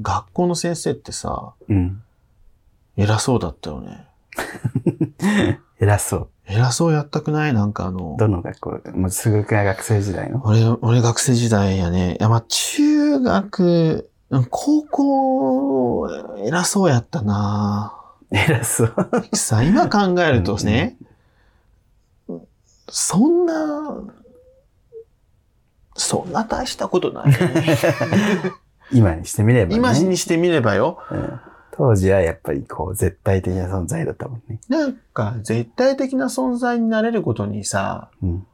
学校の先生ってさ、うん。偉そうだったよね。偉そ偉そうやったくないなんかあのう。、どの学校もうすぐくらい学生時代の。 俺、俺学生時代やね。いや、まあ、中学、うん高校、偉そうやったな偉そう。さ、今考えるとね、そんな、そんな大したことない、ね。今にしてみればね。今にしてみればよ。うん当時はやっぱりこう、絶対的な存在だったもんね。なんか、絶対的な存在になれることにさ、うん。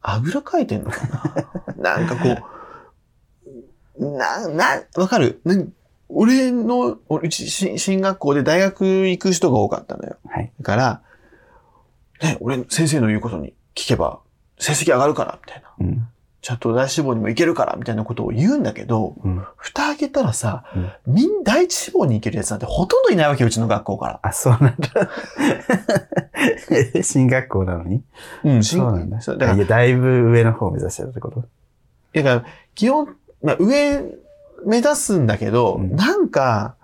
あぐらかいてんのか ななんかこう、な、な、わかるな俺の、俺、うちし進学校で大学行く人が多かったのよ。はい。だから、ね、俺、先生の言うことに聞けば、成績上がるから、みたいな。うん。ちゃんと大志望にも行けるから、みたいなことを言うんだけど、うん。蓋開けたらさ、みん、第一志望に行けるやつなんてほとんどいないわけよ、うちの学校から。あ、そうなんだ。 進学校なのにうん、そうなんだ。そうだからいや、だいぶ上の方を目指してたってことだから、基本、まあ、上目指すんだけど、うんなんか、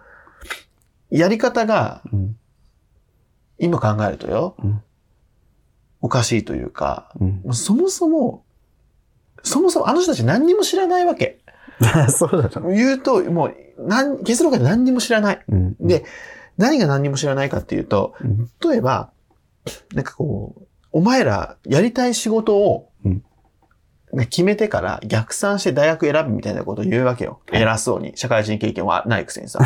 やり方が、うん。今考えるとよ、うんおかしいというか、うん。 もうそもそも、そもそもあの人たち何にも知らないわけ。あ、そうだったの言うと、もう、なん結論から何にも知らない。うん。で、何が何にも知らないかっていうと、うん、例えば、なんかこう、お前らやりたい仕事をうん、ね決めてから逆算して大学選ぶみたいなことを言うわけよ。はい偉そうに。社会人経験はないくせに さ。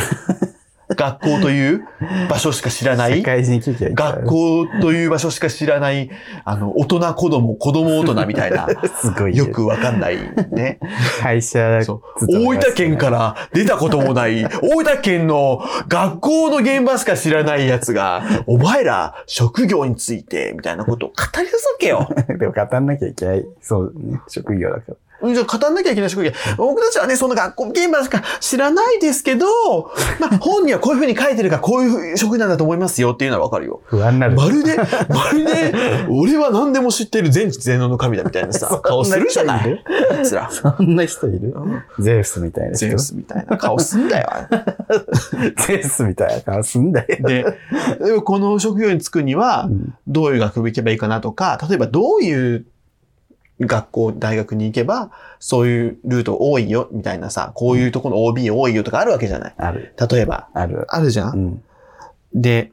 学校という場所しか知らな社い。会人企業学校という場所しか知らない、あの、大人子供、子供大人みたい な、すごい。よ。くわかんないね。会社そう勤め大ましたね分県から出たこともない、大分県の学校の現場しか知らないやつが、お前ら職業について、みたいなことを語り出すわけ よ。 でも語んなきゃいけない。そうね。職業だから。じゃあ語んなきゃいけない職業。僕たちはね、その学校現場しか知らないですけど、まあ本にはこういう風に書いてるからこういう職なんだと思いますよっていうのはわかるよ。不安になる。まるで、まるで、俺は何でも知ってる全知全能の神だみたいなさ、顔するじゃない あいつら。 そんな人いるゼウスみたいな人。ゼウスみたいな顔すんだよ。ゼウスみたいな顔すんだよ。で、でもこの職業に就くにはう、んどういう学部行けばいいかなとか、例えばどういう学校、大学に行けば、そういうルート多いよ、みたいなさ、こういうとこの OB 多いよとかあるわけじゃない。ある。例えば。ある。あるじゃ。うんん。で、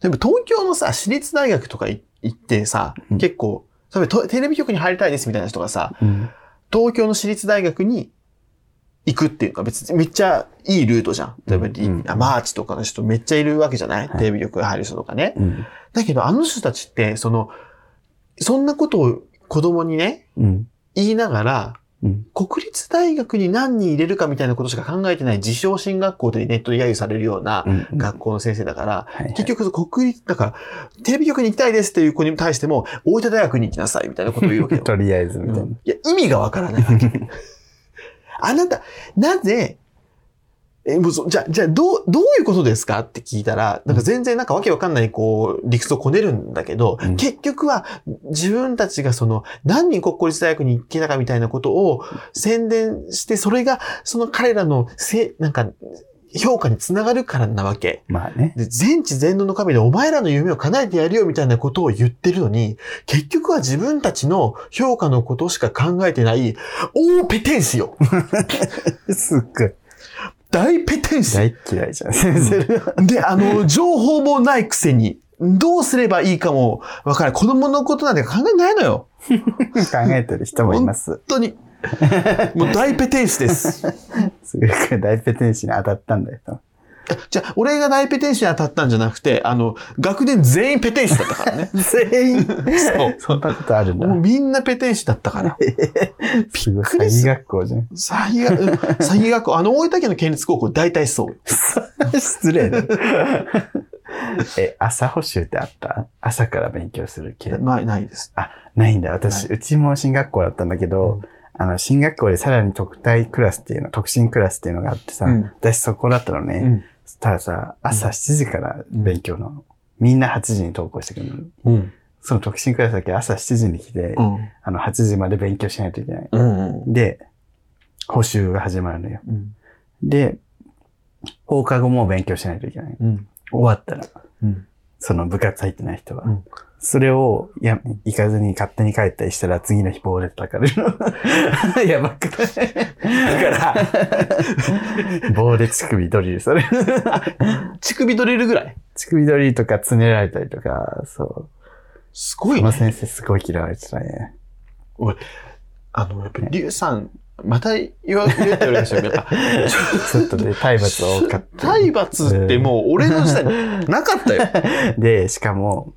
でも東京のさ、私立大学とかい行ってさう、ん結構、例えばとテレビ局に入りたいですみたいな人がさ、うん。東京の私立大学に行くっていうか、別にめっちゃいいルートじゃん。例えば、うんあマーチとかの人めっちゃいるわけじゃない、はいテレビ局入る人とかね。うん。だけど、あの人たちって、その、そんなことを子供にね、うん。言いながら、うん。国立大学に何人入れるかみたいなことしか考えてない自称進学校でネットで揶揄されるようなうん。学校の先生だから、はいはい結局、国立、だから、テレビ局に行きたいですっていう子に対しても、大分大学に行きなさいみたいなことを言うわけよ。とりあえずみたいうんいや、意味がわからないわけ。あなた、なぜ、え、もうそじゃあ、じゃあ、どう、どういうことですかって聞いたら、なんか全然なんかわけわかんない、こう、理屈をこねるんだけど、うん結局は、自分たちがその、何人国公立大学に行けたかみたいなことを宣伝して、それが、その彼らのせ、なんか、評価につながるからなわけ。な。まあね。で、全知全能の神でお前らの夢を叶えてやるよみたいなことを言ってるのに、結局は自分たちの評価のことしか考えてない、大ペテン師よ。すっごい。大ペテン師。大嫌いじゃん。先生。で、あの、情報もないくせに、どうすればいいかもわからない。子供のことなんて考えないのよ。考えてる人もいます。本当に。もう大ペテン師です。すごい大ペテン師に当たったんだよ。。じゃあ、俺が大ペテン師に当たったんじゃなくて、あの、学年全員ペテン師だったからね 全員。そう。そんなことあるんだもう。みんなペテン師だったから。すごい。くりす詐欺学校じゃん。詐欺学、うん詐欺学校、あの大分県の県立高校大体 そう。失礼だ。 え、朝補習ってあった朝から勉強する系。ない、ないです。ないんだ。私、うちも進学校だったんだけど、あの、進学校でさらに特待クラスっていうの、特進クラスっていうのがあってさ、うん私そこだったのね。うん。そしたらさ、朝7時から勉強なの。みんな8時に登校してくるのに。うん。その特進クラスだけ朝7時に来て、うん。あの、8時まで勉強しないといけない。うん。で、補習が始まるのよ。うん。で、放課後も勉強しないといけない。うん。終わったら、うん。その部活入ってない人は。うんそれをや、行かずに勝手に帰ったりしたら次の日棒で叩かれるの。 やばくないだから、ら、棒で乳首ドリルされる。乳首取れるぐらい。乳首ドリルとかつねられたりとか、そう。すごいこのね。先生すごい嫌われてたね。あの、やっぱり、リュウさん、また言わ言えって言われましたよ。や っぱ、ちょっとね、体罰多かった。体罰ってもう俺の時代なかったよ。で、しかも、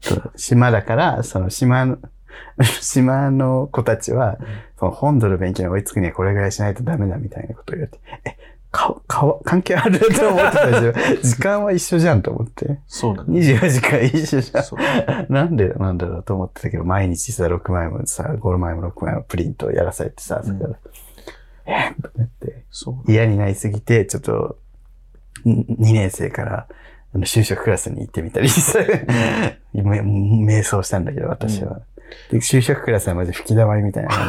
そう島だから、その島の、 島の子たちは、その本土の勉強に追いつくにはこれぐらいしないとダメだみたいなことを言われて、え、か、か、関係あると思ってたでし ょ。時間は一緒じゃんと思って。 そうなんだ。 24時間一緒じ ゃん。そうなんでなんだろうと思ってたけど、毎日さ、6枚もさ、5枚も6枚もプリントやらされてさ、それから、えーと思って。そう嫌になりすぎて、ちょっと、ん2年生から、あの、就職クラスに行ってみたりして、 め瞑想したんだけど、私は。で、就職クラスはマジ吹き溜まりみたいな感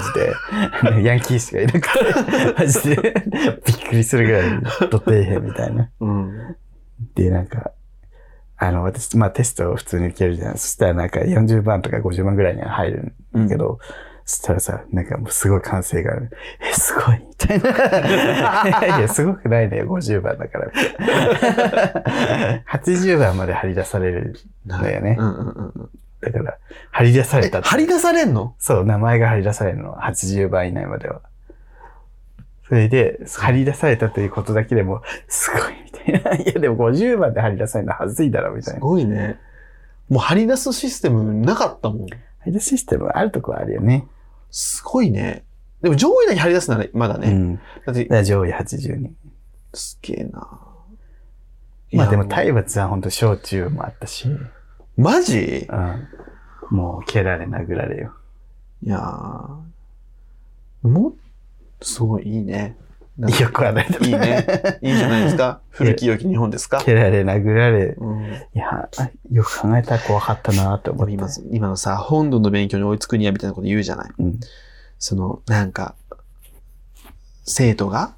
じで、ヤンキーしかいなくて、マジで、びっくりするぐらい、ド底辺みたいな。うん。で、なんか、あの、私、まあテストを普通に受けるじゃん。そしたらなんか40番とか50番ぐらいには入るんうだんけど、そしたらさ、なんかもうすごい歓声がある。え、すごいみたいな。いや、すごくないね、50番だからみたいな。80番まで張り出される。だよねうんうんうんうん。だから、張り出されえたって張り出されん のそう、名前が張り出されるの。80番以内までは。それで、張り出されたということだけでも、すごいみたいな。 いや、でも50番で張り出されるのはずいだろ、みたすいな。ごいね。もう張り出すシステムなかったもん。張り出システムあるとこはあるよね。すごいね。でも上位だけ張り出すならまだうね。ん。だだってか、ら上位80人。すげえな。まあでもいや体罰は本当小中もあったし、ううマジん。もう蹴られ殴られよ。いやーもすごいいいね。なんかよくはないと思ういいね。いいじゃないですか。古き良き日本ですか。 蹴られ殴られ、うん、いや、よく考えたら怖かったなと思って。今今のさ、本土の勉強に追いつくにはみたいなこと言うじゃない。うん。その、なんか、生徒が、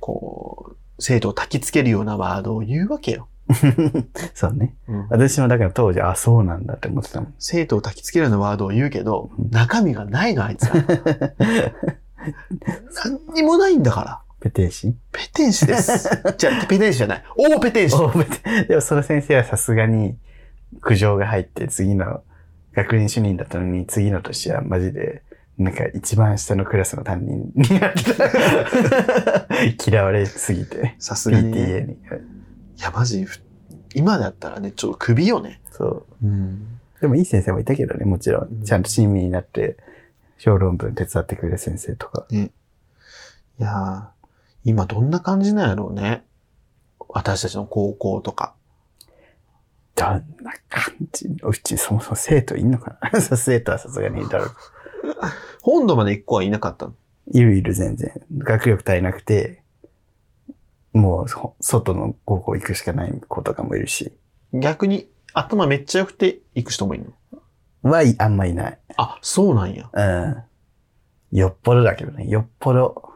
こう、生徒を焚きつけるようなワードを言うわけよ。そうね。うん私もだから当時、あ、そうなんだって思ってたもん。生徒を焚きつけるようなワードを言うけどう、ん中身がないの、あいつら。 何にもないんだから。ペテーシペテン師 です。じゃあ、ペテン師じゃない。大ペテン師。お ペテでもその先生はさすがに苦情が入って、次の学年主任だったのに、次の年はマジで、なんか一番下のクラスの担任になって た。嫌われすぎて。さすがにね。 PTA に。いや、マジ、ふ今だったらね、ちょっと首よね。そう。うん。でもいい先生もいたけどね、もちろうんん。ちゃんと親身になって、小論文手伝ってくれる先生とか。いやー今どんな感じなんやろうね。私たちの高校とか。どんな感じうちそもそも生徒いんのかな そう生徒はさすがにいるだろうけど本土まで一個はいなかったの。いるいる全然。学力足りなくて、もうそ外の高校行くしかない子とかもいるし。逆に頭めっちゃ良くて行く人もいるの。はい、あんまいない。あ、そうなんや。うん。よっぽどだけどね。よっぽど、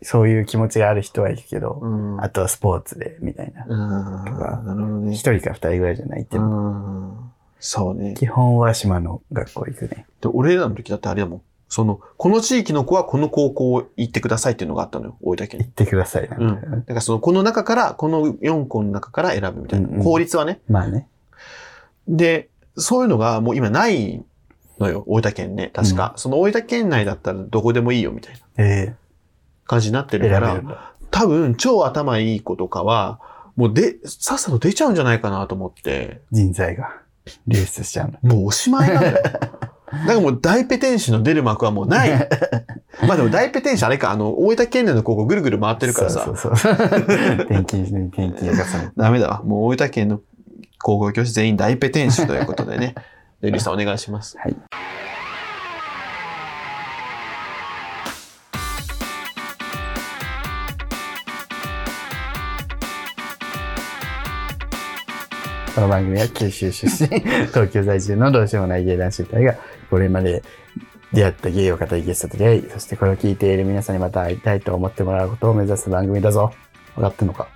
そういう気持ちがある人はいるけど、うん。あとはスポーツで、みたいな。うん。なるほどね一。人か二人ぐらいじゃないってう。ん。そうね。基本は島の学校行くね。で、俺らの時だってあれだもん。その、この地域の子はこの高校行ってくださいっていうのがあったのよ。大分県行に。ってくださいなんて。だからその、この中から、この4校の中から選ぶみたいうんな。うん効率はね。まあね。で、そういうのがもう今ないのよ、大分県ね。確か。その大分県内だったらどこでもいいよみたいなえ感じになってえる選べかるらん、だ。多分超頭いい子とかは、もうで、さっさと出ちゃうんじゃないかなと思って、人材が流出しちゃうの。もうおしまいなん だよ。だからもう大ペテン師の出る幕はもうない。まあでも大ペテン師あれか、あの、大分県内の高校ぐるぐる回ってるからさ、そうそう そう。転勤して、転勤を重ねダメだわ。もう大分県の高校教師全員大ペテン師ということでね。 で、リュウさんお願いします。はい。この番組は九州出身、東京在住のどうしようもない芸男子2人が、これまで出会った芸を語りゲストと出会い、そしてこれを聞いている皆さんにまた会いたいと思ってもらうことを目指す番組だぞ。分かってんのか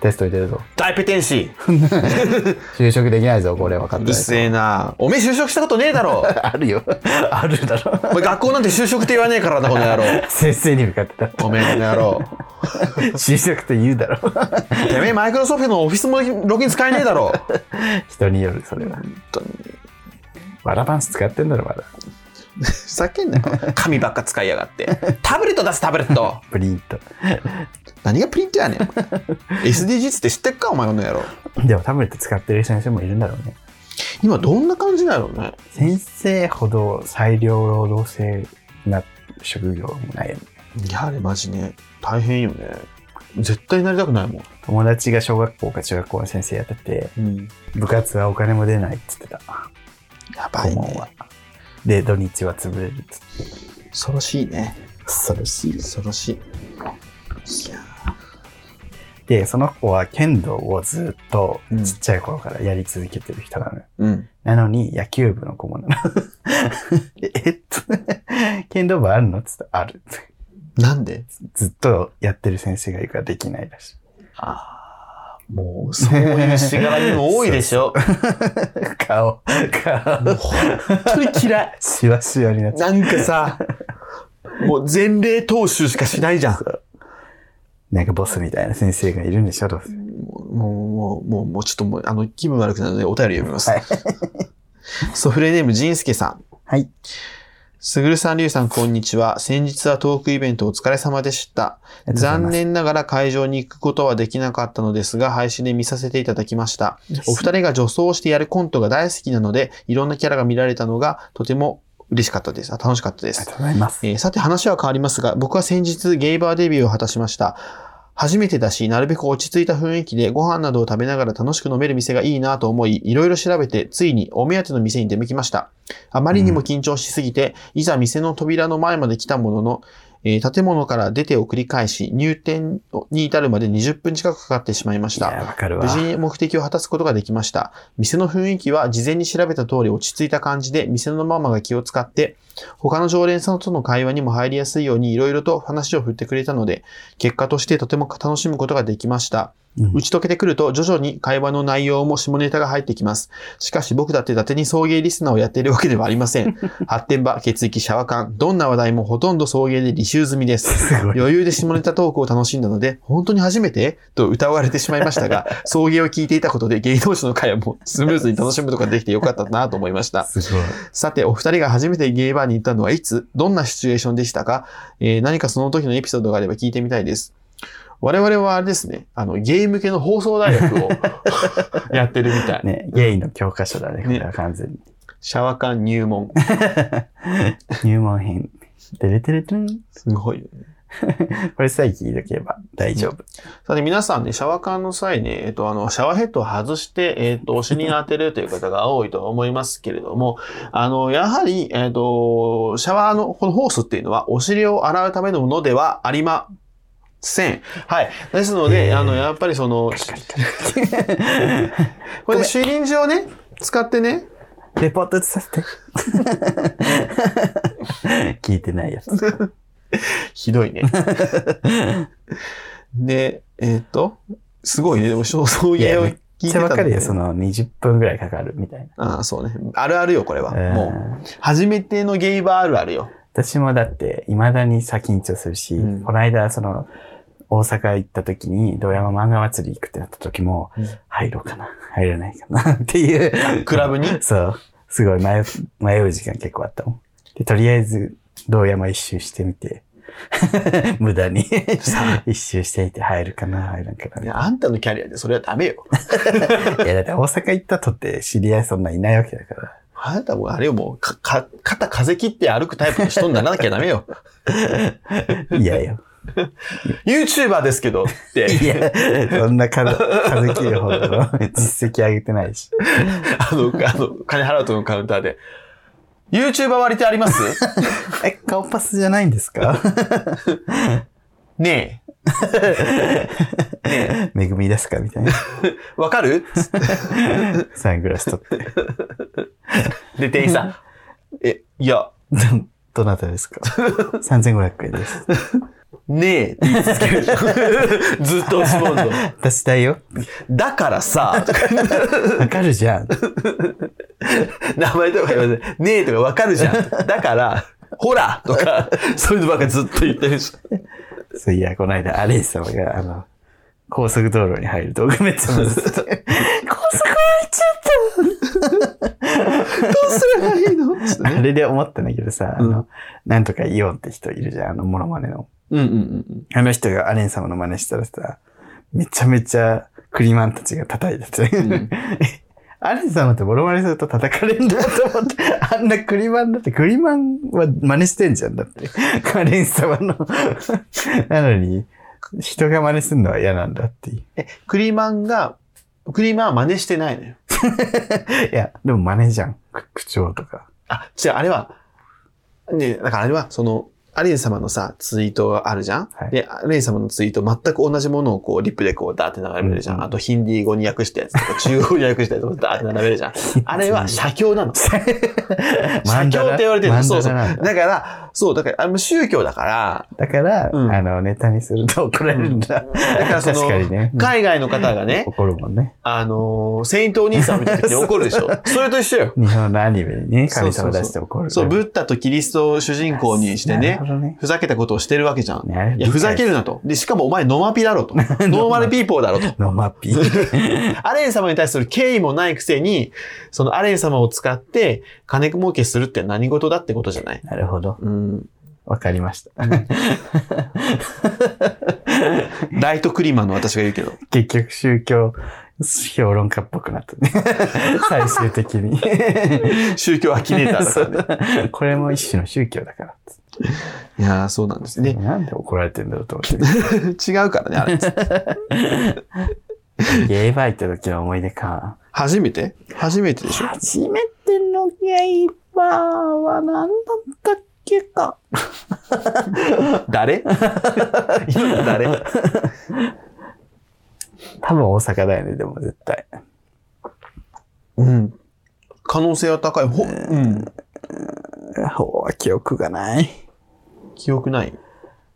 テストに出るぞ。大ペテンシー就職できないぞ、これ分かっうてなるいせぞ。えな。おめえ就職したことねえだ ろ。 あるよ。あるだろ。お前学校なんて就職って言わねえからな、この野郎。先生に向かって た。おめえこの野郎。就職って言うだろ。 てめえマイクロソフトのオフィスもログイン使えねえだろ。人による、それは。本当に。わらパンス使ってんだろ、まだ。ふざけんなよ。紙ばっか使いやがって。タブレット出すタブレット。プリント。何がプリント やねん。SDGs って知ってっか、お前この野郎。でもタブレット使ってる先生もいるんだろうね。今どんな感じだろうね。先生ほど裁量労働制な職業もないよね。いや、あれマジね。大変よね。絶対なりたくないもん。友達が小学校か中学校の先生やってて、うん。部活はお金も出ないっつってた。やば顧い問ねは。。で、土日は潰れるっつって。恐ろしいね。恐ろしい。恐ろしい。いやで、その子は剣道をずっとうんちっちゃい頃からやり続けてる人なのよ。うん。なのに野球部の顧 問なの。ええっと、剣道部あるのっつってある。なんでずっとやってる先生がいるからできないらしい。 ああ、もう、そういうしがらみも多いでしょ。顔、もう顔、本当に嫌い。しわしわになっちゃなんかさ、もう前例踏襲しかしないじゃん。う。なんかボスみたいな先生がいるんでしょ、どうせ。もう、もう、もう、もうちょっともう、あの、気分悪くなるのでお便り読みます。はいソフレネーム、ジンスケさん。はい。すぐるさん、りゅうさん、こんにちは。先日はトークイベントお疲れ様でした。ありがとうございます残念ながら会場に行くことはできなかったのですが、配信で見させていただきました。お二人が女装してやるコントが大好きなので、いろんなキャラが見られたのがとても嬉しかったです。あ楽しかったでありすが。とうございます。えーさて話は変わりますが、僕は先日ゲイバーデビューを果たしました。初めてだし、なるべく落ち着いた雰囲気でご飯などを食べながら楽しく飲める店がいいなと思い、いろいろ調べて、ついにお目当ての店に出向きました。あまりにも緊張しすぎて、いざ店の扉の前まで来たものの、えー建物から出てを繰り返し、入店に至るまで20分近くかかってしまいましいた。や、わかるわ。無事に目的を果たすことができました。店の雰囲気は事前に調べた通り落ち着いた感じで、店のママが気を使って、他の常連さんとの会話にも入りやすいようにいろいろと話を振ってくれたので、結果としてとても楽しむことができました。うん打ち解けてくると徐々に会話の内容も下ネタが入ってきます。しかし僕だって伊達に送迎リスナーをやっているわけではありません。発展場、血液、シャワ感、どんな話題もほとんど送迎で履修済みです。すごい。余裕で下ネタトークを楽しんだので、本当に初めてと歌われてしまいました が、送迎を聞いていたことで芸同士の会話もスムーズに楽しむことができてよかったなと思いました。すごい。さて、お二人が初めてゲイバーに行ったのはいつどんなシチュエーションでしたか、えー何かその時のエピソードがあれば聞いてみたいです。我々はあれですね、あの、ゲイ向けの放送大学を やってるみたい。ね、ゲイの教科書だね、これは完全に。シャワー缶入門。入門編。てれてれてん。すごいよねこれさえ聞いとけば大丈夫。さて皆さんね、シャワー缶の際ね、えっと、あの、シャワーヘッドを外して、え っと、お尻に当てるという方が多いと思いますけれども、あの、やはり、えっと、シャワーの、このホースっていうのは、お尻を洗うためのものではありません。はい。ですので、えーあの、やっぱりその、 これ、シリンジをね、使ってね、レポートさせて。聞いてないやつ。ひどい ね。で、えっと、すごいね、でも、そうそういいうやをめ聞っいちてゃたわかるよ、ねその20分ぐらいかかるみたいな。ああ、そうね。あるあるよ、これは。もう、うん初めてのゲイバーあるあるよ。私もだって、未だにさ、緊張するし、うんこの間、その、大阪行った時に、ド山漫画祭り行くってなった時も、うん入ろうかな、入らないかな、 っていう。クラブにそう。すごい迷う、迷う時間結構あったもん。で、とりあえず、道山一周して みて、無駄に 一周してみて、入るかな、入らんかな。いやあんたのキャリアでそれはダメよ。 いや、だって大阪行ったとって知り合いそんないないわけだから。あなたもうあれよ、もう、か、か、肩風切って歩くタイプの人にならなきゃダメよ。いやよ。 YouTuber ですけどって。いや、そんな数、数切るほどの実績上げてないし。あの、あの、金払うとのカウンターで。YouTuber 割り手あります え、顔パスじゃないんですかねえ。恵みですかみたいな。わかるつってサングラス取って。で、店員さん。え、いや、ど、どなたですか ?3500 円です。ねえって言い続けるでしょずっと押し問答。私だよ。だからさ、とかわかるじゃん。名前とか言わず、ねえとかわかるじゃん。だから、ほらとか、そういうのばっかずっと言ってるし。そういや、この間、アレイ様が、あの、高速道路に入る動画めっちゃ見てた高速入っちどうすればいいのちょっとゃったあね。れで思ったんだけどさ、あうの、なんとかイオンって人いるじゃん、あの、モノマネの。うんうんうん。あの人がアレン様の真似したらさ、めちゃめちゃクリマンたちが叩いてて、ん アレン様ってモノマネすると叩かれんだと思って、あんなクリマンだって、クリマンは真似してんじゃんだって。アレン様 の。なのに、人が真似するのは嫌なんだっていう。え、クリマンが、クリマンは真似してないのよ。いや、でも真似じゃん。く口調とか。あ、違う、あれは、ね、だからあれは、その、アレン様のさ、ツイートがあるじゃん、はいで、アレン様のツイート全く同じものをこう、リップでこう、ダーって並べるじゃん、うんうんあと、ヒンディー語に訳したやつと か、中国語に訳したやつとか、ダーって並べるじゃんあれは、写経 なの。写経って言われてるの。そうそう。だだから、そう、だから、あの、宗教だから、だから、うんあの、ネタにすると怒られるんだ。だからその確かにね。海外の方がね、怒るもんね。あのー、セイントお兄さんみたいな時に怒るでしょ。それと一緒よ。日本のアニメにね、そう神そうそう様出して怒る。そう、ブッダとキリストを主人公にしてなねる、ほどね。ふざけたことをしてるわけじゃん。ねいや、ふざけるなと。で、しかもお前、ノマピだ ろと。ノーマルピーポーだ ろと。のまっぴー。アレン様に対する敬意もないくせに、そのアレン様を使って、金儲けするって何事だってことじゃない。 なるほど。うん。わかりました。 ライトクリマンの私が言う けど。結局宗教評論家っぽくなった ね。最終的に。宗教アキネーターだからね。そうこれも一種の宗教だから。いやー、そうなんですね。なんで怒られてんだろうと思って。 違うからね、あれ。ゲイバイって時の思い出か。初めて初めてでしょ初めてのゲイバーは何だったっけか。 誰 今の誰多分大阪だよね、でも絶対。うん。可能性は高い。ほ、うん。ほう、記憶がない。記憶ない。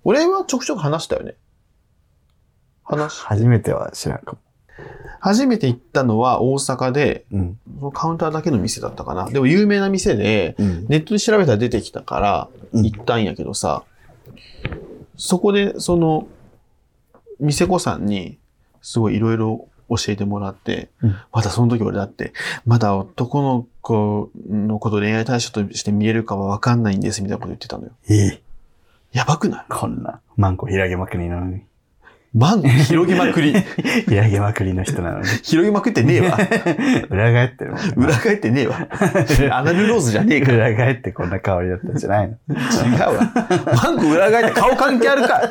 俺はちょくちょく話したよね。話。初めては知らんかも。初めて行ったのは大阪で、うん。そのカウンターだけの店だったかな。でも有名な店で、うん。ネットで調べたら出てきたから、うん行ったんやけどさ、そこで、その、店子さんに、すごいいろいろ教えてもらって、うんまだその時俺だって、まだ男の子のこと恋愛対象として見えるかはわかんないんです、みたいなこと言ってたのよ。ええ。やばくないこんな、マンコ広げまくりなのに。マンゴー広げまく り。広げまくりの人なのに。広げまくってねえわ。 裏返ってるもんね。裏返ってねえ わ。アナルローズじゃねえから。裏返ってこんな香りだったんじゃない 違のうわ。マンゴー裏返って顔関係あるか。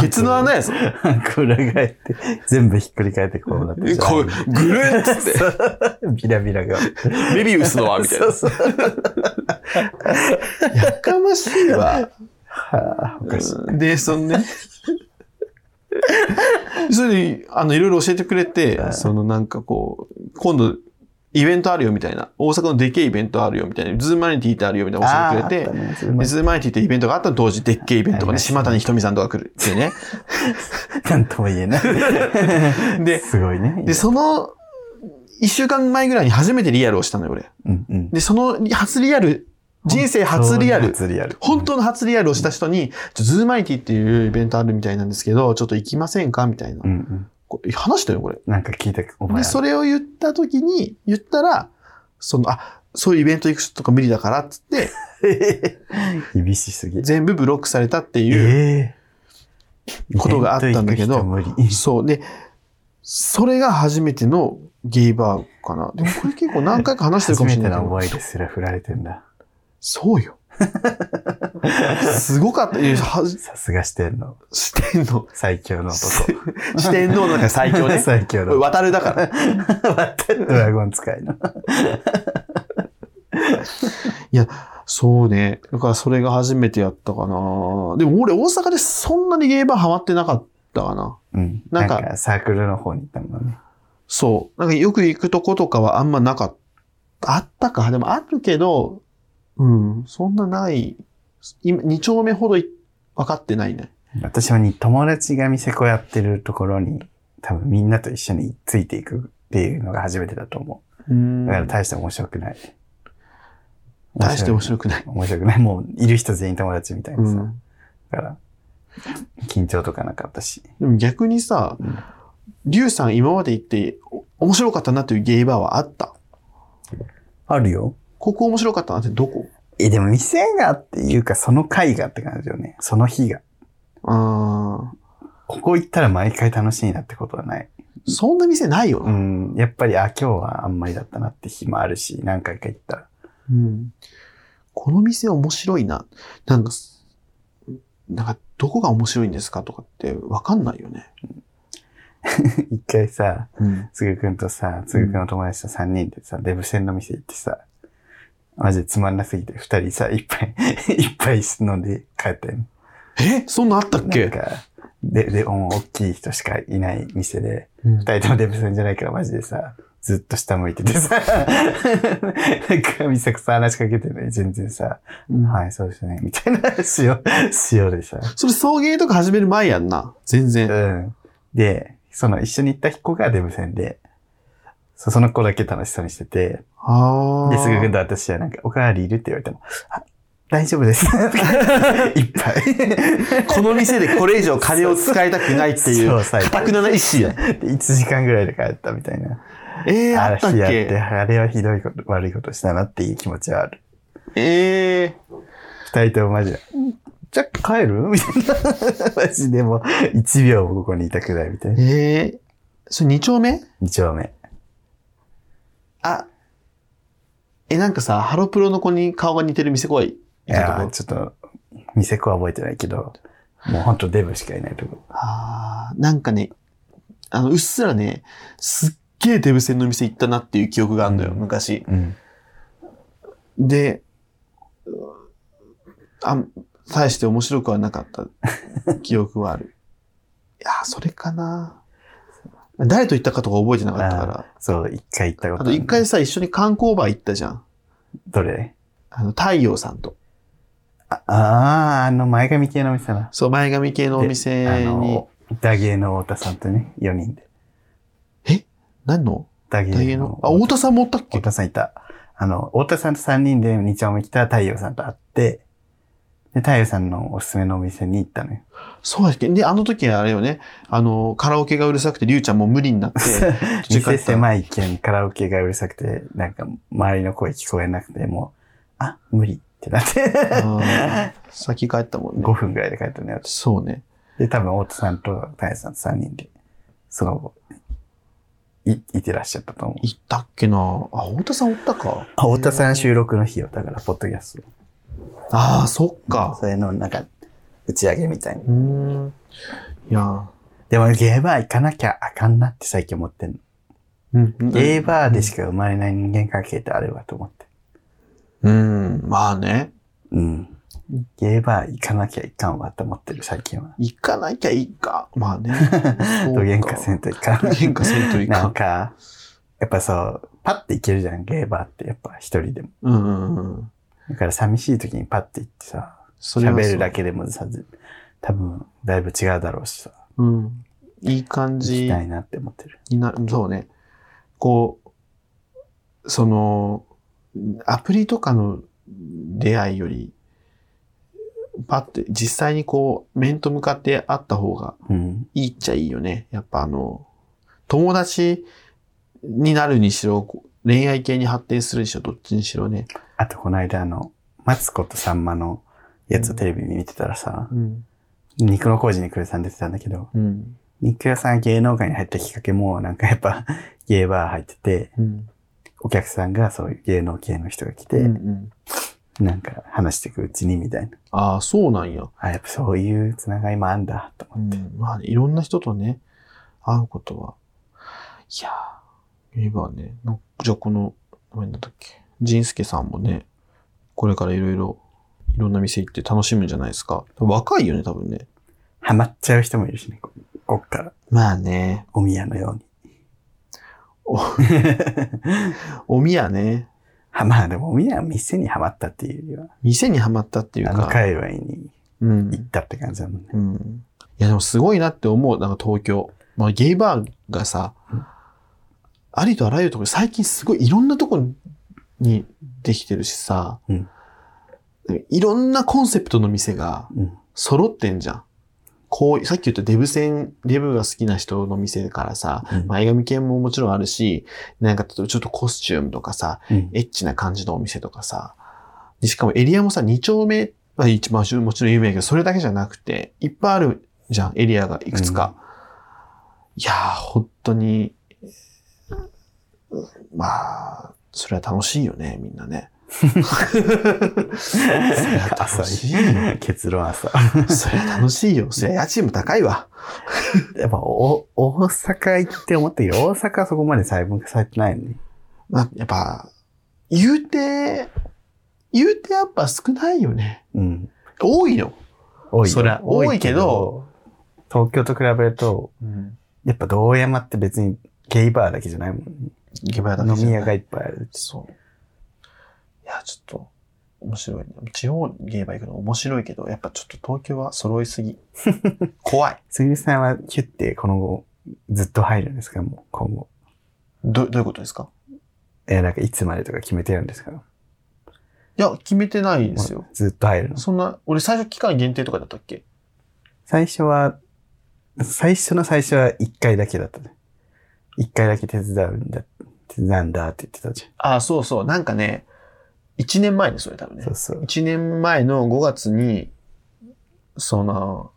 ケツの穴やぞ。 マンコ裏返って、全部ひっくり返ってこうなってえ こう、ぐるんっつって、う、ビラビラが。メビウスの輪みたいな。 そうそう。やかましいわ。はあ、おかしい。で、そのね。それで、あの、いろいろ教えてくれて、そのなんかこう、今度、イベントあるよみたいな。大阪のでけえイベントあるよみたいな。ズームマネティーってあるよみたいな教えてくれて。で、ズームマイティってイベントがあったの当時、でっけえイベントがはいはね、い島谷ひとみさんとか来るっていうね。なんとも言えない。 で、すごいね。で、その、一週間前ぐらいに初めてリアルをしたのよ、俺。うんうん。で、その初リアル、人生初リアル、初リアル。本当の初リアルをした人に、ちょズーマイティっていうイベントあるみたいなんですけど、ちょっと行きませんかみたいなう。んうん。これ話したよ、これ。なんか聞いた、お前で、ら。それを言った時に、言ったら、その、あ、そういうイベント行く人とか無理だからっつって、 厳しすぎ。全部ブロックされたっていう、ええことがあったんだけどイベント行く人無理。そう。で、それが初めてのゲイバーかな。でもこれ結構何回か話してるかも初めしてれないけのど。思いですら振られてんだ。そう よ。すごかった。いやはさすが四天王。四天 王。最強の男。 四天王の中で最強ね。 最強これの。渡るだ から。いドラゴン使いの。や、そうね。だからそれが初めてやったかな。でも俺大阪でそんなにゲイバーハマってなかったかな。うん。ななんんかか、サークルの方に行ったもんね。そう。なんかよく行くとことかはあんまなかった。あったか。でもあるけど、うん、そんなない。今、2丁目ほどい分かってないね。私はに友達が店子やってるところに、多分みんなと一緒についていくっていうのが初めてだと思うんう。だから大して面白くない。大して面白くない。面白くない。もう、いる人全員友達みたいなうさ。ん。だから、緊張とかなかったし。でも逆にさうん、リュウさん今まで行ってお面白かったなというゲイバーはあった。あるよ。ここ面白かったなってどこえ、でも店がっていうか、その回がって感じよね。その日が。あここ行ったら毎回楽しいなってことはない。ーそんな店ないような。ん。やっぱり、あ、今日はあんまりだったなって日もあるし、何回か行ったら。 うん。この店面白いな。なんか、なんかどこが面白いんですかとかってわかんないよね。一回さ、うん。つぐくんとさ、つぐくんの友達と3人でさ、デブ戦の店行ってさ、マジでつまんなすぎて、2人さ、いっぱい、 いっぱい飲んで帰ったよね。えそんなあったっなんけか、で、で、もう大きい人しかいない店で、うん二人ともデブさんじゃないからマジでさ、ずっと下向いててさ、なんか美咲さん話しかけてね、全然さ、はい、そうですね、みたいな話を、しようでさ。それ送迎とか始める前やんな。全う然。ん。で、その一緒に行った子がデブ戦で、そその子だけ楽しそうにしてて、ああ。で、すぐくんと私はなんか、おかわりいるって言われても、あ、大丈 夫です。いっぱい。この店でこれ以上金を使いたくないってい、そうう最か高たくなな意志や。で1時間ぐらいで帰ったみたいな。ええー、ああのったっ日やって、けあれはひどいこと、悪いことしたなっていう気持ちはある。ええ二人ともマジで。うんじゃ、帰 るみたいな。マジでもう、一秒もここにいたくないみたいー、な。ええそれ二丁目二丁目。あ、え、なんかさ、ハロプロの子に顔が似てる店来い。いやーちょっと、店子は覚えてないけど、もうほんとデブしかいないとこ。あーなんかね、あの、うっすらね、すっげえデブ戦の店行ったなっていう記憶があるんだよ、うん昔。うん。で、あん、大して面白くはなか った記憶はある。いやー、それかな。誰と行ったかとか覚えてなかったから。そう、一回行ったこあととる一回、さ、一緒に観光バー行ったじゃん。どれあの、太陽さんと。ああー、あの前髪系のお店だ。そう、前髪系のおで店あにの、、ダゲーの太田さんとね、4人で。何のダゲ太ー陽の、のあ、太田さんもおったっ太け田さんいた。あの、太田さんと3人で2丁目来た太陽さんと会って、で、太陽さんのおすすめのお店に行ったのよ。そうだっけで、あの時はあれよね、あの、カラオケがうるさくて、りゅうちゃんもう無理に なって、途中から店狭い一軒カラオケがうるさくて、なんか周りの声聞こえなくて、もう、あ、無理ってなって、あー先帰ったも んね5。分ぐらいで帰ったのよ。私そうね。で、多分太田さんと太陽さんと3人で、その後、い、いてらっしゃったと思う。行ったっけなあ、太田さんおったか。あ太田さん収録の日よ。だから、ポッドキャスト。ああ、そっか。それの、なんか、打ち上げみたいな。うーん。いやでも、ゲーバー行かなきゃあかんなって最近思ってんの。うん。ゲーバーでしか生まれない人間関係ってあればと思って。うん、まあね。うん。ゲーバー行かなきゃいかんわと思ってる、最近は。行かなきゃいいか。まあね。 とそう喧嘩せんといかん。喧嘩せんといかんなんか、やっぱそう、パッて行けるじゃん、ゲーバーって。やっぱ一人でも。うんうんうん。だから寂しい時にパッて行ってさ、それは喋るだけ。けでもさ、ず多分、だいぶ違うだろうしさ、うん。いい感行じきたいなって思ってる。になる。そうね。こう、その、アプリとかの出会いより、パって実際にこう、面と向かって会った方がうん。いいっちゃいいよね。やっぱあの、友達になるにしろ、こう恋愛系に発展するにしろ、どっちにしろね。あと、この間、あの、マツコとサンマのやつをテレビ見てたらさ、うん。肉の工事にクルさん出てたんだけど、うん。肉屋さんが芸能界に入ったきっかけも、なんかやっぱ、 ゲーバー入ってて、うん。お客さんがそういう芸能系の人が来て、うんうん、なんか話していくうちにみたいな。ああ、そうなんや。あ、やっぱそういうつながりもあんだ、とう思って。ん、まあ、ね、いろんな人とね、会うことは。いやー、言えばね、のじゃあこの、何だったっけ、仁助さんもね、これからいろいろ、いろんな店行って楽しむんじゃないですか。若いよね、多分ね。ハマっちゃう人もいるしね、ここっから、まあね、 お宮のように。お、おみやね。はまあでも、みんな店にはまったっていうよ店にはまったっていりうは、あのか、界隈にう行っん。たって感じだもんね。うん。いや、でもすごいなって思う、なんか東京。まあ、ゲイバーがさ、ありとあらゆるところ、最近すごいいろんなとこにできてるしさ、うんいろんなコンセプトの店がうん。揃ってんじゃん。こう、さっき言ったデブ戦、デブが好きな人の店からさ、うん前髪系ももちろんあるし、なんかちょっとコスチュームとかさ、うんエッチな感じのお店とかさ、でしかもエリアもさ、2丁目は一番、もちろん有名だけど、それだけじゃなくて、いっぱいあるじゃん、エリアがいくつか。いやー、本当に、うんまあ、それは楽しいよね、みんな ね。朝楽しいよ。結論朝。 そりゃ楽しいよ。そりゃ家賃も高いわ。やっぱお、大阪行って思ったけど、大阪はそこまで細分化されてないのね。まあ、やっぱ、言うて、言うてやっぱ少ないよね。うん。多いよ。多いよ。そりゃ多いけど多いけど、東京と比べると、やっぱ道山って別にゲイバーだけじゃないもんね、ゲバヤだけじゃ飲みない屋がいっぱいある。そう。いや、ちょっと、面白いね。地方にゲーバー行くの面白いけど、やっぱちょっと東京は揃いす ぎ。怖い。杉浦さんはキュッてこの後、ずっと入るんですかもう今後。ど、どういうことですかえ、なんかいつまでとか決めてるんですかもいや、決めてないですよう。ずっと入るの。そんな、俺最初期間限定とかだったっけ最初は、最初の最初は一回だけだったね。一回だけ手伝うんだ、手伝うんだって言ってたじああ、そうそう。なんかね、1年前にそれ多分ゃん。ねそう。そう。 1年前の5月に、その、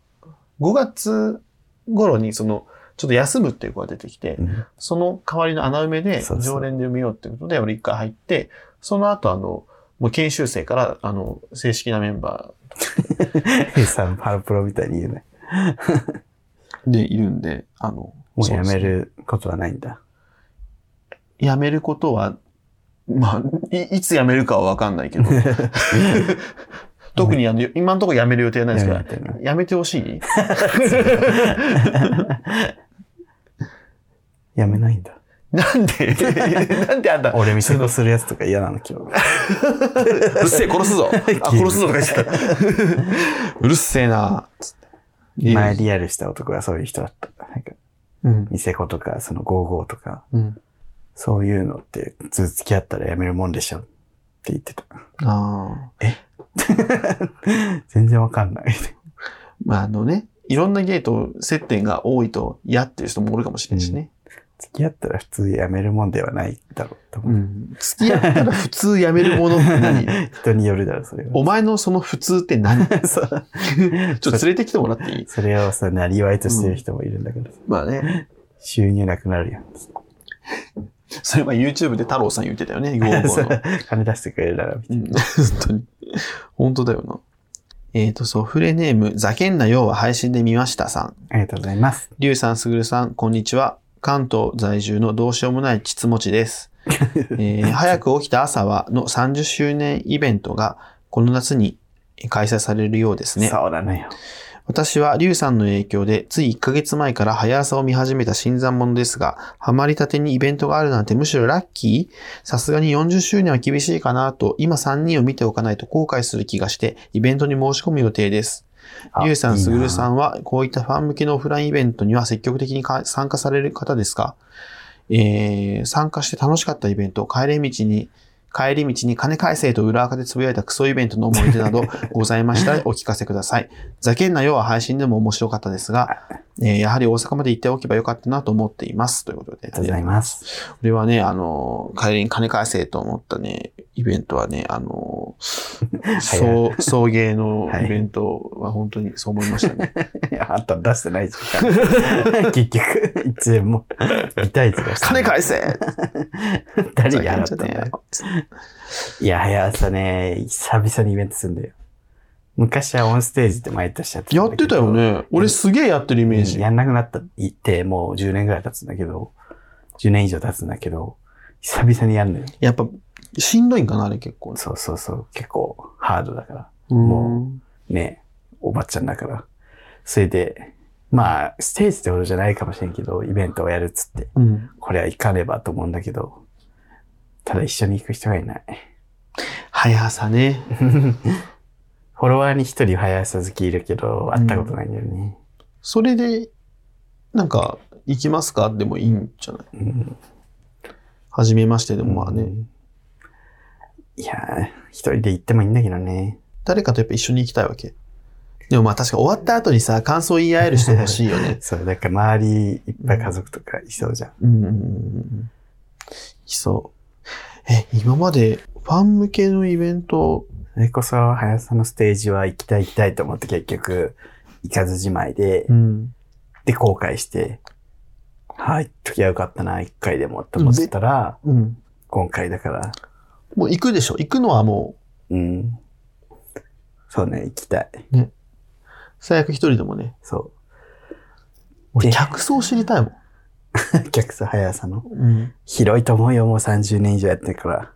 5月頃にその、ちょっと休むっていう子が出てきて、うんその代わりの穴埋めでそうそ常う連で埋めようってことで、俺一回入って、その後あの、もう研修生から、あの、正式なメンバヘイさん、ハロプロみたいに言うね。ーでいるんで、あの、も うそやですめね。ることはない んだ。やめることは、まあ、いいつやめるかはわかんない けど、特にあの、今のところやめる予定はないですから、やめてないやめてほし いやめないんだ。なん でなんであんた、う俺、見せするやつとか嫌なの、今 日。っせえ、殺すぞあ、殺すぞとか言っちゃった。うるせえなつって前リアルした男はそういう人だった。なんか、うん。ニセコとか、その55とか、うん。そういうのって、ずっと付き合ったらやめるもんでしょって言ってた。 ああ。全然わかんない。まあ、あのね、いろんなゲーと接点が多いと嫌っていう人もおるかもしれないしね。付き合ったら普通やめるもんではないだろうと思う。ん。付き合ったら普通やめる ものって何人によるだろう、それは。お前のその普通って何ちょそうっと連れてきてもらっていいそれをさ、なりわいとしてる人もいるんだからさ、まあね。収入なくなるやん。それは YouTube で太郎さん言ってたよね、55の。 金出してくれるなら、みたういん本当に。本当だよな。えっ、と、そう、フレネーム、ざけんなようは配信で見ましたさん。な。ありがとうございます。りゅうさん、すぐるさん、こんにちは。関東在住のどうしようもないちつもちです。えー早く起きた朝はの30周年イベントがこの夏に開催されるようですね。そうだねよ。私はリュウさんの影響でつい1ヶ月前から早朝を見始めた新参者ですが、ハマりたてにイベントがあるなんてむしろラッキーさすがに40周年は厳しいかなと、今3人を見ておかないと後悔する気がして、イベントに申し込む予定です。あリュウさいん、いなスグルさんは、こういったファン向けのオフラインイベントには積極的にか参加される方ですかえー、参加して楽しかったイベント、帰り道に、帰り道に金返せと裏垢でつぶやいたクソイベントの思い出な どございましたらお聞かせください。ざけんなよは配信でも面白かったですが、えーや はり大阪まで行っておけばよかったなと思っています。ということで。ありがとうございます。これはね、あの、帰りに金返せと思ったね、イベントはね、あ の、送送迎のイベントは本当にそう思いました ね。いやあんた出してないじゃん。 結局、一円も。見たいつ出してな金い。返せ誰に払ったんだよ。つっていや、早さね、久々にイベントするんだよ。昔はオンステージって毎年やってやんっだけてどたよ。ね。俺すげえやってるイメージ。やんなくなったって、もう10年ぐらい経つんだけど、10年以上経つんだけど、久々にやるのよ。やっぱ、しんどいんかな、あれ結構。そうそうそう、結構ハードだから。もね、おばちゃんだから。それで、まあ、ステージってことじゃないかもしれんけど、イベントをやるっつって、うん。これはいかねばと思うんだけど、ただ一緒に行く人がい ない。速さね。フォロワーに一人速さ好きいるけど、会ったことないんだよね。それで、なんか、行きますかでもいいんじゃないうんはじめましてでもまあね、うんいやー、一人で行ってもいいんだけどね。。誰かとやっぱ一緒に行きたいわけ。でもまあ確か終わった後にさ、感想言い合える人欲しいよねそう、だから周りいっぱい家族とかいそうじゃん。うんうんうんうん。いそう。え、今までファン向けのイベント、それこそ、速さのステージは行きたい行きたいと思って結局、行かずじまいで、ん、で、後悔して、はい、時はよかったな、一回でもって思ってたら、うん。今回だから、もう行くでしょ行くのはもうん。そうね、行きたい。う、最悪一人でもね。そ俺、で客層知りたいもん。う。 客さ、速さの。うん。広いと思うよ、もう30年以上やってるから。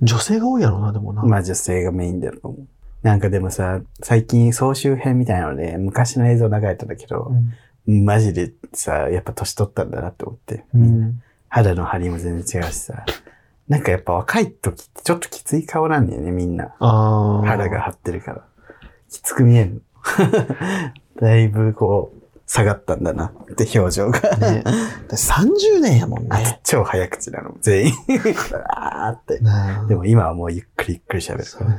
女性が多いやろな、でもな。まあ女性がメインだと思う。なんかでもさ、最近総集編みたいなので、昔の映像流れたんだけど、マジでさ、やっぱ年取ったんだなって思って。うん。肌の張りも全然違うしさ。なんかやっぱ若い時ってちょっときつい顔なんだよね、みんな。ああ。肌が。張ってるから。きつく見えるの。 だいぶこう、下がったんだなって表情が。ね、30年やもんあとね。超早口なの、全員。あーって。なあでも今はもうゆっくりゆっくり喋るそかうら。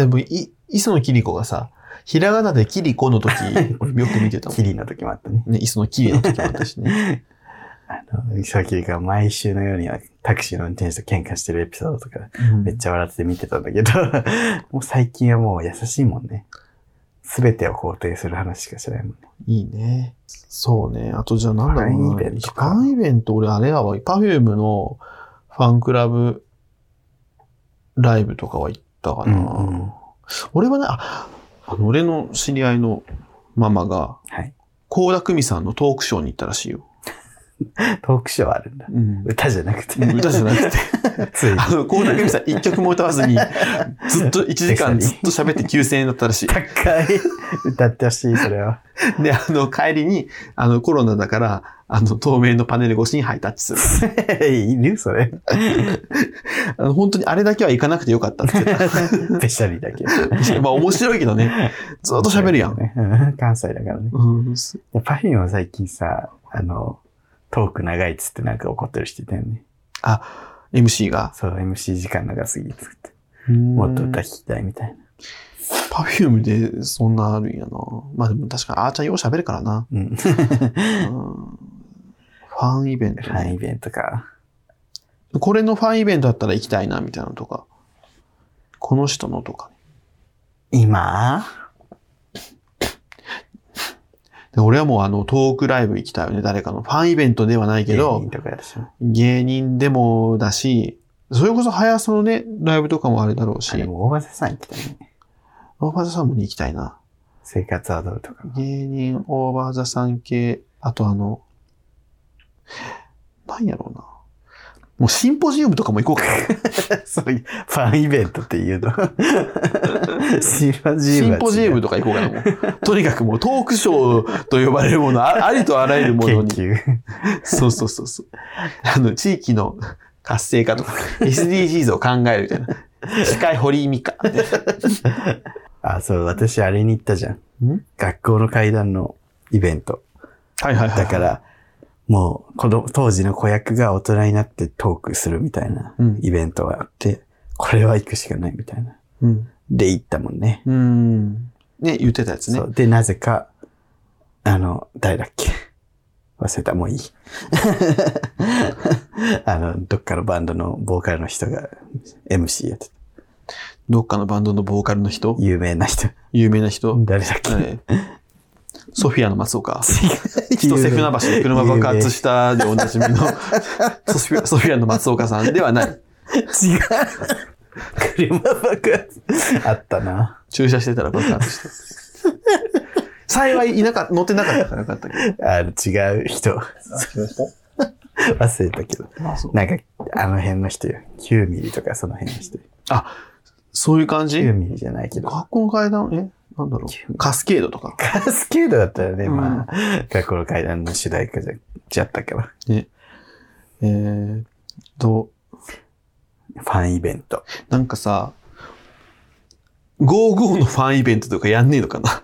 ね。でも、い、磯野キリコがさ、ひらがなでキリコの 時、俺よく見てたもキん。リの時もあったね。ね、磯野キリの時もあったしね。あの、イサキが毎週のようにタクシーの運転手と喧嘩してるエピソードとか、 めっちゃ笑って見てたんだけど、 もう最近はもう優しいもんね。すべてを肯定する話しかしないもんね。いいね。そうね。あと、じゃあなんだろうな。ファンイベントファかンイベント、俺、あれやわ。パフュームのファンクラブライブとかは行ったかな。うんうん俺はね、あ、あの、俺の知り合いのママが、はい。高田久美さんのトークショーに行ったらしいよ。トークショーあるんだ。うん歌じゃなくて。歌じゃな くて。ついにあの、高田久美さん一曲も歌わずに、ずっと1時間ずっと喋って9000円だったらしい。高い。歌ってほしい、それは。で、あの、帰りに、あの、コロナだから、あの、透明のパネル越しにハイタッチする。いる それ。あの、本当にあれだけは行かなくてよかったって言ってペシャリだけ。 た。まあ面白いけどね。ずっと喋るやん。うん。関西だからね。うん、すパフィンは最近さ、あの、トーク長いっつってなんか怒ってる人いたよね。あ、MC が。そう、MC 時間長すぎっつって。もっと歌聞きたいみたいな。パフュームでそんなあるんやな。まあでも確かにあーちゃんよう喋るからな。うん。フうん、ファンイベント、ァ ンイベントか。これのファンイベントだったら行きたいな、みたいなのとか。この人のとか。今で俺はもうあの、トークライブ行きたいよね。誰かのファンイベントではないけ芸ど人、とかでしょ。芸人でもだし、それこそ速さのね、ライブとかもあれだろうしあ、でも大技さん行きたいね。オーバーザさんもに行きたいな。生活アドルとか。 芸人、オーバーザさん系、あとあの、なんやろうな。もうシンポジウムとかも行こうか。そういう、ファンイベントっていう の。シンポジウシムは違う。ンポジウムとか行こうかな、もう。 とにかくもうトークショーと呼ばれる もの、あありとあらゆるものに。研究。そうそうそうそう。あの、地域の活性化と か、SDGs を考えるみたいな。司会堀井美香。 あ、そう、私あれに行ったじゃん。ん学校の階段のイベント。はいはいだから、もう、子供、当時の子役が大人になってトークするみたいなうんイベントがあって、これは行くしかないみたいな。うん。で、行ったもんね。うん。ね、言ってたやつねそ。う。で、なぜか、あの、誰だっけ忘れた、もういい。 あの、どっかのバンドのボーカルの人が MC やってた。どっかのバンドのボーカルの人有名な人。有名な人、誰だっ け、はいソフィアの松岡。違人瀬船橋で車爆発ししたでおなじみのソフィアソフィアの松岡さんではない。違う。車爆発。あったな。駐車してたら爆発した。幸いいなか乗ってなかったからよかったけど。あの、違う人。忘れたけど。あそうなんか、あの辺の人よ。9ミリとかその辺の人。あそういう感じ9ミリじゃないけど。学校の階段、えなんだろう。カスケードとか。カスケードだったらね、うんまあ、学校の階段の主題歌じゃ、じゃったから。ね。えーっと、ファンイベント。なんかさ、55のファンイベントとかやんねえのかな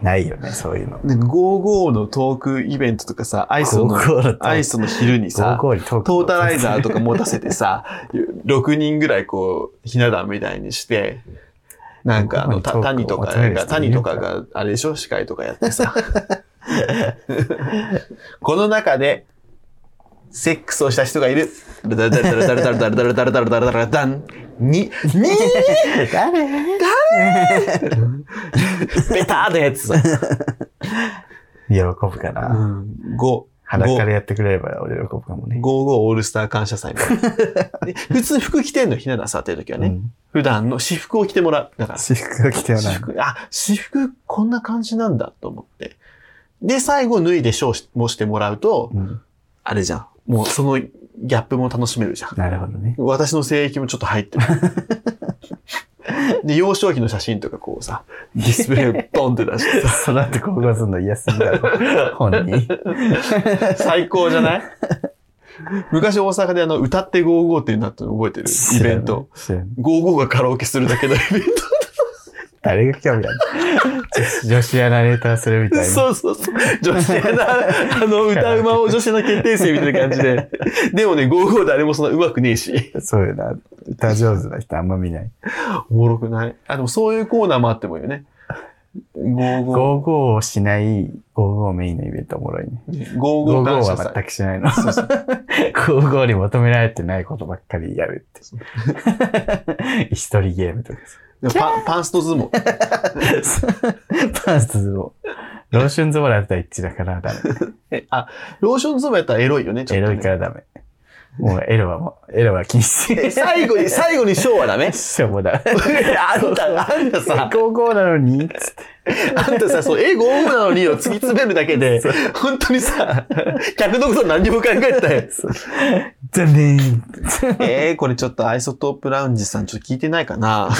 ないよね、そういうの。なんか55のトークイベントとかさ、アイソの、アイスソの昼にさ、高校にトトータライザーとか。か持たせてさ、6人ぐらいこう、ひな壇みたいにして、なんかあの、た谷とかが、谷とかが、あれでしょ司会とかやってさ。この中で、セックスをした人がいる。ダラダラダラダラダラダラダラダラダラダラダン。に、に誰ベターのやつさ。喜ぶかうな。ん、5。裸からやってくれれば喜ぶかもね。 55オールスター感謝祭みたいな。で普通服着てんの、ひな壇さってる時はね。うん普段の私服を着てもらう。だから、私服が着ては私ない。服、あ、私服こんな感じなんだと思って。で、最後脱いでショーしもしてもらうと、うんあれじゃん。もうそのギャップも楽しめるじゃん。なるほどね。私の性域もちょっと入ってる。で、幼少期の写真とかこうさ、ディスプレイをボンって出 してさ、その後高校するの嫌すぎだろ。本人。最高じゃない昔大阪であの、歌って55っていうなったの覚えてるイベント。知らない。知らない55がカラオケするだけのイベント。誰が興味あるの女子やナレーターするみたいな。そうそうそう。女子アナ、あの、歌うまを女子アナ決定戦みたいな感じ で。でもね、55誰もそんな上手くねえし。そうよな。歌上手な人あんま見ない。おもろくないあ、でもそういうコーナーもあってもいいよね。55。 55をしない55メインのイベントおもろいね。 55 55感謝は全祭。くしないの。55に求められてないことばっかりやるって。 一人ゲームとかでもパンパンスト相 撲。さ。パンツズボン。ローションズボンだったら一致だか らダメ。えあ、ローション相撲やったらエロいよね、ちょエっとロね、いからダメ。もうエロはもう、エロは禁え 止。最後に、最後にショーはダメしょうもだ。 あんた、あんた さ、 55なのにつってあんたさ、そう、え、55なのにを突き詰めるだけで、本当にさ、客のこと何にも考えたよ。残念。えー、これちょっとアイソトープラウンジさんちょっと聞いてないかな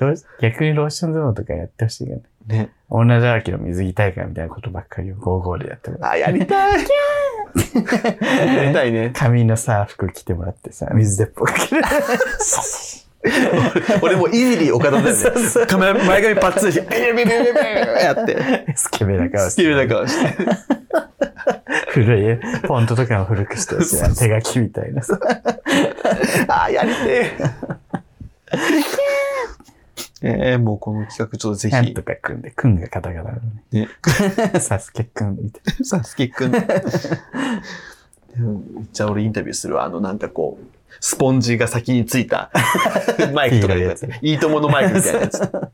ロー逆にローションズボンとかやってほしいよね。ね。女だらけの水着大会みたいなことばっかりを55でやってもらうあ、やりたい。やりたいね。髪のさ、服着てもらってさ、水鉄砲かける。俺もうイーリー岡田だそうよね。カメラ前髪パッツンして、ビリビリビリビリビリやって。 スケベな顔好しきて。な顔して。古い、フォントとかも古くしてるしそう手書きみたいなさ。あ、やりてえ。えー、もうこの企画ちょっとぜなんひと、かくんで、くんがカタカナのね、ね。 サスケくんみたいサスケくん。じゃあ俺インタビューするわ。あの、なんかこう、スポンジが先についたマイクとかでこうやってねいいとものマイクみたいなや つ。な。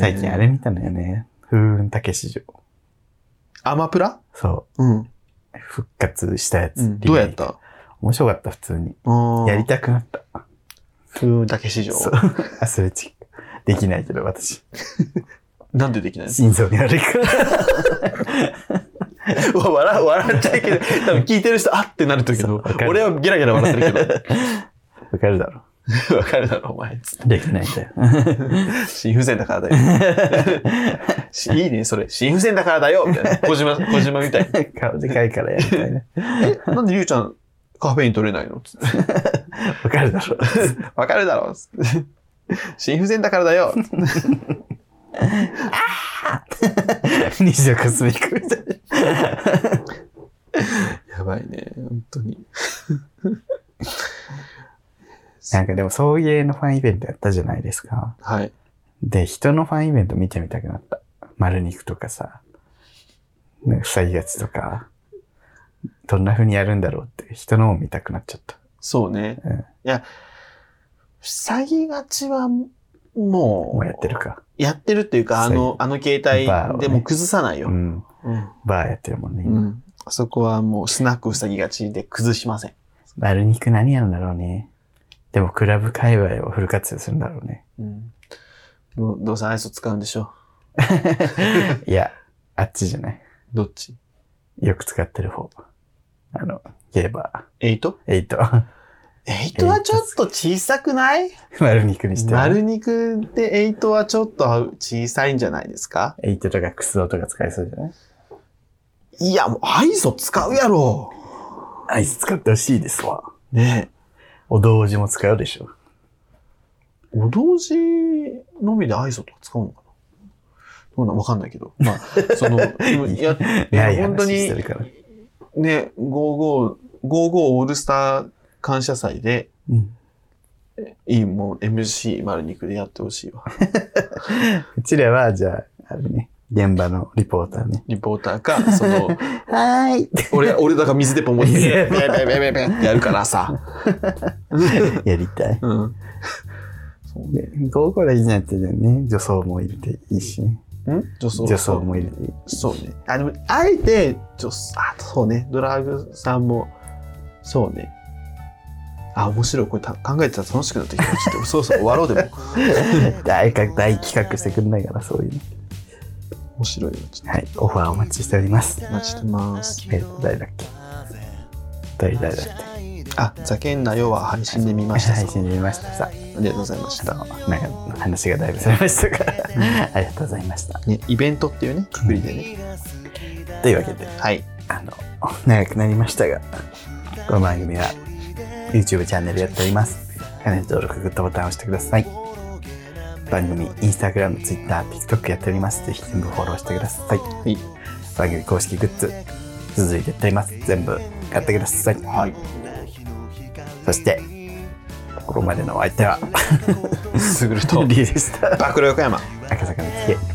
最近あれれ見たのよね。風雲竹市場。アマプラそうん。う。復活したやつ。どうやっリメイたク面白かった、普通に。やりたくなった。風雲竹市場。 そう。アスレチック。できないけど、私。なんでできないの心臓に悪いから。 笑笑っちゃいけない。多分聞いてる人、あってなるとけそうどわか、る俺はゲラゲラ笑ってるわかるだろ。けど、 わかるだろ、お前。できないん だよ。心不全だからだよ。 しいいね、それ。心不全だからだよみたいな。小島、小島みたいに。顔でかいからやりたいな。え、なんでりゅうちゃん、カフェイン取れない のつってわか るだろ。 わかるだろつって心不全だからだよ。 西条かすみくみたいな。やばいね、本当に。なんかでも、送迎のファンイベントやったじゃないですか。はい。で、人のファンイベント見てみたくなった。丸肉とかさ、なんかサイガチとか、どんな風にやるんだろうって、人のを見たくなっちゃった。そうね。うんいや、塞ぎがちは、もう、もうやってるか。やってるっていうか、あの、あの携バーを帯ねでも崩さないうよ。ん。うん。バーやってるもんね、う今。ん。そこはもうスナックうさぎがちで崩しません。丸肉何やるんだろうね。でも、クラブ界隈をフル活用するんだろうね。うん。どうどうせ愛想使うんでしょいや、あっちじゃない。どっちよく使ってる方。あの、ゲーバエイトー。エイト。 エイトはちょっと小さくない丸肉にして。丸肉でエイトはちょっと小さいんじゃないですかエイトとかクスオとか使えそうじゃないいや、もう愛想使うやろ。アイス使ってほしいですわ。ねお道寺も使うでしょ。お同時のみでアイソとか使うのかなどうなわかんないけど。まあ、その、でもいや、いや ない本当話にしてるから。ね、55、55オールスター感謝祭で、うんいいもん、MC02 でやってほしいわ。うちらは、じゃあ、あれね、現場のリポーターね。リポーターか、その、 はーい。俺、俺だから水鉄砲持って、ペペペペペペってやるから さ。やりたい。うん。そうね。で高校だけじゃなくてね、女装も入れていいしね。ん女装。女装も入れていい。そうね。あ、でも、あえて、女装、あ、そうね。ドラァグさんも、そうね。あ、面白い。これた考えてたら楽しくなってきた。 ちょっと、そうそう、終わろうでも。大か大企画してくんないから、そういうの。面白いよ。ちょっはい。オファーお待ちしております。と、待ちしてます。えっと、誰だっけ誰誰だっあ、ざけんなよは配信で見まけした。あ配信で見ました。さあ、りがとうございました。なんか話がだいぶされましたが、 ありがとうございました。ね、イベントっていうね、くくりでね。というわけで、はい。あの、長くなりましたが、この番組は YouTube チャンネルやっております。チャンネル登録、グッドボタンを押してください。番組、Instagram、Twitter、TikTok やっております。ぜひ全部フォローしてください。い番組公式グッズ、続いてやっております。全部買ってください。はい。そして、ここまでのお相手は、 すぐるリと ー、でした。暴露横山。赤坂見つけ。